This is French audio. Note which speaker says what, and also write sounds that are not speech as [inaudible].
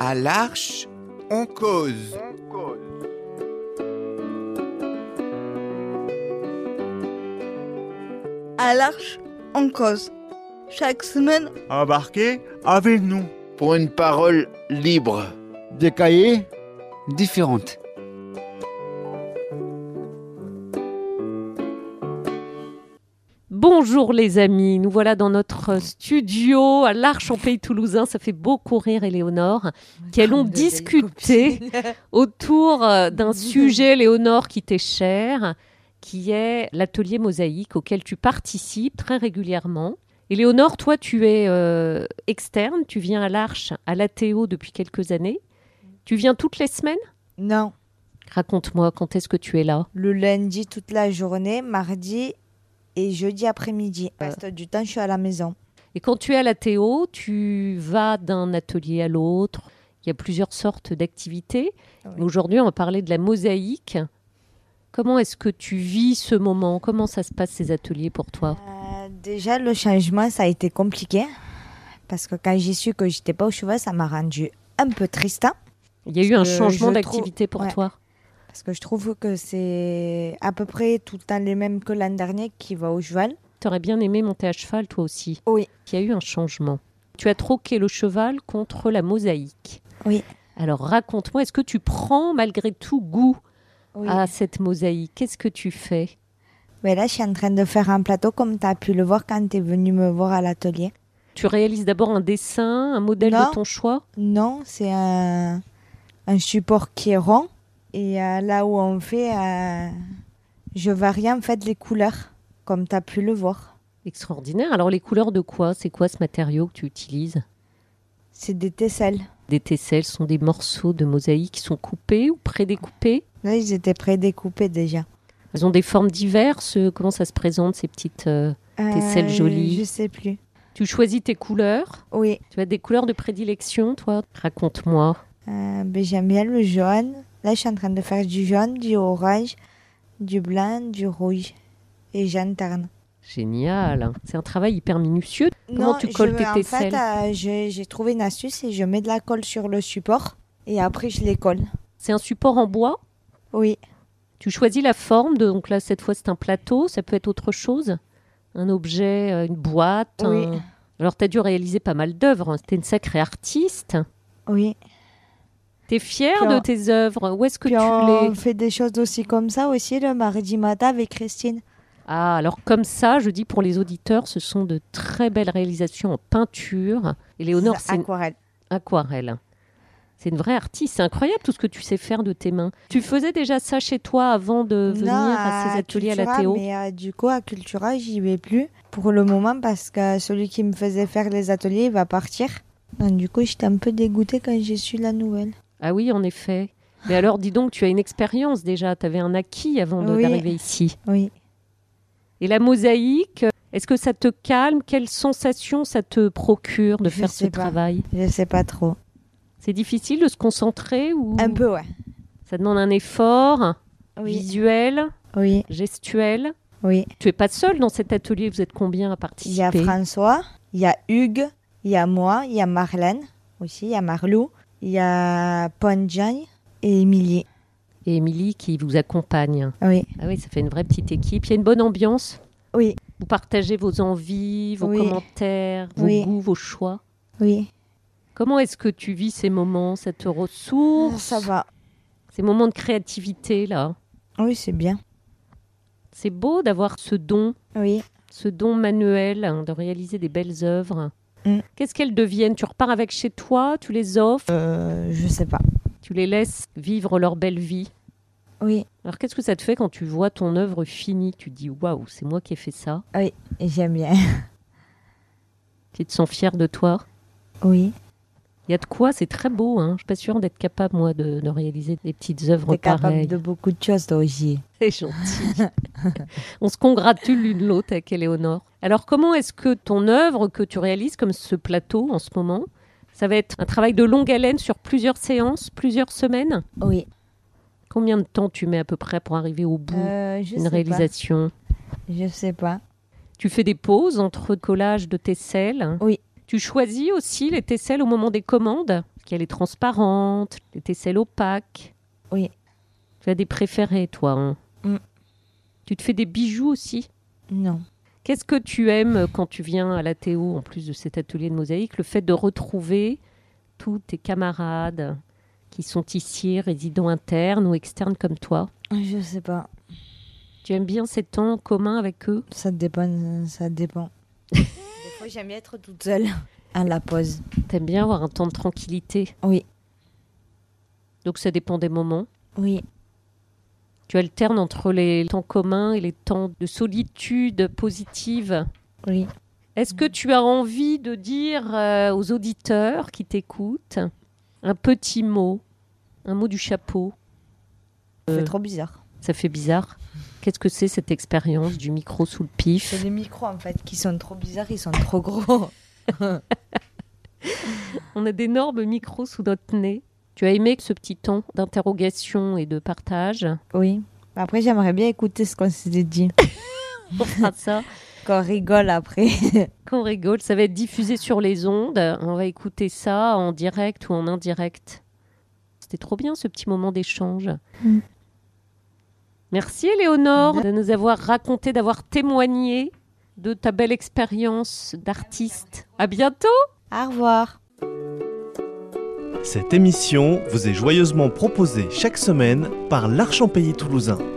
Speaker 1: À l'arche, on cause.
Speaker 2: À l'arche, on cause. Chaque semaine,
Speaker 3: Embarquez avec nous.
Speaker 4: pour une parole libre.
Speaker 5: Des cahiers
Speaker 6: différentes.
Speaker 7: Bonjour les amis, nous voilà dans notre studio à l'Arche en Pays Toulousain. Ça fait beaucoup rire Éléonore, qu'elles ont discuté autour euh, d'un sujet, Léonore, qui t'est cher, qui est l'atelier mosaïque auquel tu participes très régulièrement. Et Léonore, toi, tu es euh, externe, tu viens à l'Arche, à l'ATO depuis quelques années. Tu viens toutes les semaines
Speaker 8: Non,
Speaker 7: Raconte-moi, quand est-ce que tu es là
Speaker 8: le lundi toute la journée, mardi et jeudi après-midi. Le reste du temps, je suis à la maison.
Speaker 7: Et quand tu es à la Théo, tu vas d'un atelier à l'autre. Il y a plusieurs sortes d'activités.
Speaker 8: Oui.
Speaker 7: Mais Aujourd'hui, on va parler de la mosaïque. Comment est-ce que tu vis ce moment Comment ça se passe ces ateliers pour toi
Speaker 8: Euh, déjà, le changement, ça a été compliqué parce que quand j'ai su que j'étais pas au cheval, ça m'a rendu un peu triste. hein,
Speaker 7: Il y a eu un
Speaker 8: je
Speaker 7: changement
Speaker 8: trouve-
Speaker 7: d'activité pour
Speaker 8: ouais.
Speaker 7: toi.
Speaker 8: Parce que je trouve que c'est à peu près tout le temps les mêmes que l'an dernier qui va au cheval.
Speaker 7: Tu aurais bien aimé monter à cheval toi aussi.
Speaker 8: Oui.
Speaker 7: Il y a eu un changement. Tu as troqué le cheval contre la mosaïque.
Speaker 8: Oui.
Speaker 7: Alors raconte-moi, est-ce que tu prends malgré tout goût
Speaker 8: Oui.
Speaker 7: à cette mosaïque Qu'est-ce que tu fais
Speaker 8: Ah. Mais là, je suis en train de faire un plateau comme tu as pu le voir quand tu es venu me voir à l'atelier.
Speaker 7: Tu réalises d'abord un dessin, un modèle
Speaker 8: Non.
Speaker 7: de ton choix
Speaker 8: Non, c'est un, un support qui est rond. Et euh, là où on fait, euh, je varie en fait les couleurs, comme tu as pu le voir.
Speaker 7: Extraordinaire. Alors les couleurs de quoi C'est quoi ce matériau que tu utilises
Speaker 8: C'est des tesselles.
Speaker 7: Des tesselles sont des morceaux de mosaïque qui sont coupés ou prédécoupés.
Speaker 8: Là, ils étaient prédécoupés déjà.
Speaker 7: Elles ont des formes diverses. Comment ça se présente ces petites euh, Tesselles jolies.
Speaker 8: Je sais plus.
Speaker 7: Tu choisis tes couleurs.
Speaker 8: Oui,
Speaker 7: Tu as des couleurs de prédilection, toi Raconte-moi.
Speaker 8: euh, ben, j'aime bien le jaune. Là, je suis en train de faire du jaune, du orange, du blanc, du rouge et j'interne.
Speaker 7: Génial. C'est un travail hyper minutieux. Comment tu colles
Speaker 8: je-
Speaker 7: tes
Speaker 8: en
Speaker 7: tesselles
Speaker 8: fait, euh, j'ai j'ai trouvé une astuce et je mets de la colle sur le support et après je les colle.
Speaker 7: C'est un support en bois.
Speaker 8: Oui,
Speaker 7: Tu choisis la forme. de- donc là, cette fois, c'est un plateau. Ça peut être autre chose. Un objet, euh, une boîte.
Speaker 8: Oui.
Speaker 7: un- Alors, tu as dû réaliser pas mal d'œuvres. Tu es une sacrée artiste.
Speaker 8: oui.
Speaker 7: T'es fière
Speaker 8: Puis
Speaker 7: de
Speaker 8: en-
Speaker 7: tes œuvres Où est-ce que
Speaker 8: Puis
Speaker 7: tu
Speaker 8: on
Speaker 7: les...
Speaker 8: fait des choses aussi comme ça aussi le mardi matin avec Christine.
Speaker 7: Ah, alors comme ça, je dis pour les auditeurs, ce sont de très belles réalisations en peinture. Et Léonore, c'est une
Speaker 8: aquarelle.
Speaker 7: aquarelle. C'est une vraie artiste. C'est incroyable tout ce que tu sais faire de tes mains. Tu faisais déjà ça chez toi avant de venir à ces ateliers à la
Speaker 8: Cultura,
Speaker 7: Théo
Speaker 8: Mais euh, du coup, à Cultura, j'y vais plus pour le moment parce que celui qui me faisait faire les ateliers, il va partir. Donc, du coup, j'étais un peu dégoûtée quand j'ai su la nouvelle.
Speaker 7: Ah oui, en effet. Mais alors, dis donc, tu as une expérience déjà. Tu avais un acquis avant de-
Speaker 8: Oui.
Speaker 7: d'arriver ici.
Speaker 8: Oui.
Speaker 7: Et la mosaïque, est-ce que ça te calme Quelle sensation ça te procure de
Speaker 8: Je
Speaker 7: faire ce
Speaker 8: sais pas.
Speaker 7: travail
Speaker 8: Je sais pas trop.
Speaker 7: C'est difficile de se concentrer ou...
Speaker 8: Un peu, ouais.
Speaker 7: Ça demande un effort
Speaker 8: Oui.
Speaker 7: visuel,
Speaker 8: Oui.
Speaker 7: gestuel.
Speaker 8: Oui.
Speaker 7: Tu es pas seul dans cet atelier, vous êtes combien à
Speaker 8: Il y a
Speaker 7: participer
Speaker 8: François, il y a Hugues, il y a moi, il y a Marlène aussi, il y a Marlou, il y a Ponjang et Émilie.
Speaker 7: Et Émilie qui vous accompagne.
Speaker 8: Oui.
Speaker 7: Ah oui, ça fait une vraie petite équipe. Il y a une bonne ambiance.
Speaker 8: Oui.
Speaker 7: Vous partagez vos envies, vos
Speaker 8: Oui.
Speaker 7: commentaires, vos
Speaker 8: Oui.
Speaker 7: goûts, vos choix.
Speaker 8: Oui.
Speaker 7: Comment est-ce que tu vis ces moments, cette ressource,
Speaker 8: Ça va.
Speaker 7: ces moments de créativité là
Speaker 8: Oui, c'est bien.
Speaker 7: C'est beau d'avoir ce don
Speaker 8: Oui.
Speaker 7: ce don manuel hein, de réaliser des belles œuvres.
Speaker 8: Mm.
Speaker 7: Qu'est-ce qu'elles deviennent Tu repars avec chez toi, tu les offres,
Speaker 8: Euh, je sais pas.
Speaker 7: tu les laisses vivre leur belle vie.
Speaker 8: Oui.
Speaker 7: Alors qu'est-ce que ça te fait quand tu vois ton œuvre finie Tu te dis waouh, c'est moi qui ai fait ça.
Speaker 8: Et J'aime bien. [laughs]
Speaker 7: Tu te sens fier de toi.
Speaker 8: Oui.
Speaker 7: Il y a de quoi, c'est très beau. Hein. Je suis pas sûre d'être capable moi de, de réaliser des petites œuvres
Speaker 8: T'es capable
Speaker 7: pareilles.
Speaker 8: de beaucoup de choses, toi aussi.
Speaker 7: C'est gentil. [laughs] On se congratule l'une l'autre avec Éléonore. Alors, comment est-ce que ton œuvre que tu réalises, comme ce plateau en ce moment, ça va être un travail de longue haleine sur plusieurs séances, plusieurs semaines
Speaker 8: Oui.
Speaker 7: Combien de temps tu mets à peu près pour arriver au bout
Speaker 8: Euh, je
Speaker 7: d'une
Speaker 8: sais
Speaker 7: réalisation
Speaker 8: pas. Je sais pas.
Speaker 7: Tu fais des pauses entre collages de tes selles
Speaker 8: Oui.
Speaker 7: Tu choisis aussi les tesselles au moment des commandes qu'elle est transparente, les tesselles opaques.
Speaker 8: Oui.
Speaker 7: Tu as des préférés, toi. hein.
Speaker 8: Mm.
Speaker 7: Tu te fais des bijoux aussi.
Speaker 8: Non.
Speaker 7: Qu'est-ce que tu aimes euh, quand tu viens à la Théo, en plus de cet atelier de mosaïque Le fait de retrouver tous tes camarades qui sont ici, résidents internes ou externes comme toi.
Speaker 8: Je sais pas.
Speaker 7: Tu aimes bien ces temps en commun avec eux
Speaker 8: Ça dépend. euh, Ça dépend. [laughs] Des fois, j'aime bien être toute seule. À la pause.
Speaker 7: T'aimes bien avoir un temps de tranquillité
Speaker 8: Oui.
Speaker 7: Donc ça dépend des moments.
Speaker 8: Oui.
Speaker 7: Tu alternes entre les temps communs et les temps de solitude positive.
Speaker 8: Oui.
Speaker 7: Est-ce que tu as envie de dire euh, aux auditeurs qui t'écoutent un petit mot, un mot du chapeau
Speaker 8: Ça
Speaker 7: Euh.
Speaker 8: fait trop bizarre.
Speaker 7: Ça fait bizarre. Qu'est-ce que c'est cette expérience du micro sous le
Speaker 8: C'est
Speaker 7: pif
Speaker 8: les micros en fait qui sont trop bizarres, ils sont trop gros.
Speaker 7: On a d'énormes micros sous notre nez. Tu as aimé ce petit temps d'interrogation et de partage
Speaker 8: Oui. Après, j'aimerais bien écouter ce qu'on s'était dit.
Speaker 7: On fera Ah, ça
Speaker 8: Qu'on rigole après.
Speaker 7: Qu'on rigole, ça va être diffusé sur les ondes. On va écouter ça en direct ou en indirect. C'était trop bien ce petit moment d'échange.
Speaker 8: Mm.
Speaker 7: Merci Éléonore de nous avoir raconté, d'avoir témoigné de ta belle expérience d'artiste. À bientôt
Speaker 8: [laughs] Au revoir.
Speaker 5: Cette émission vous est joyeusement proposée chaque semaine par l'Archampélie toulousain.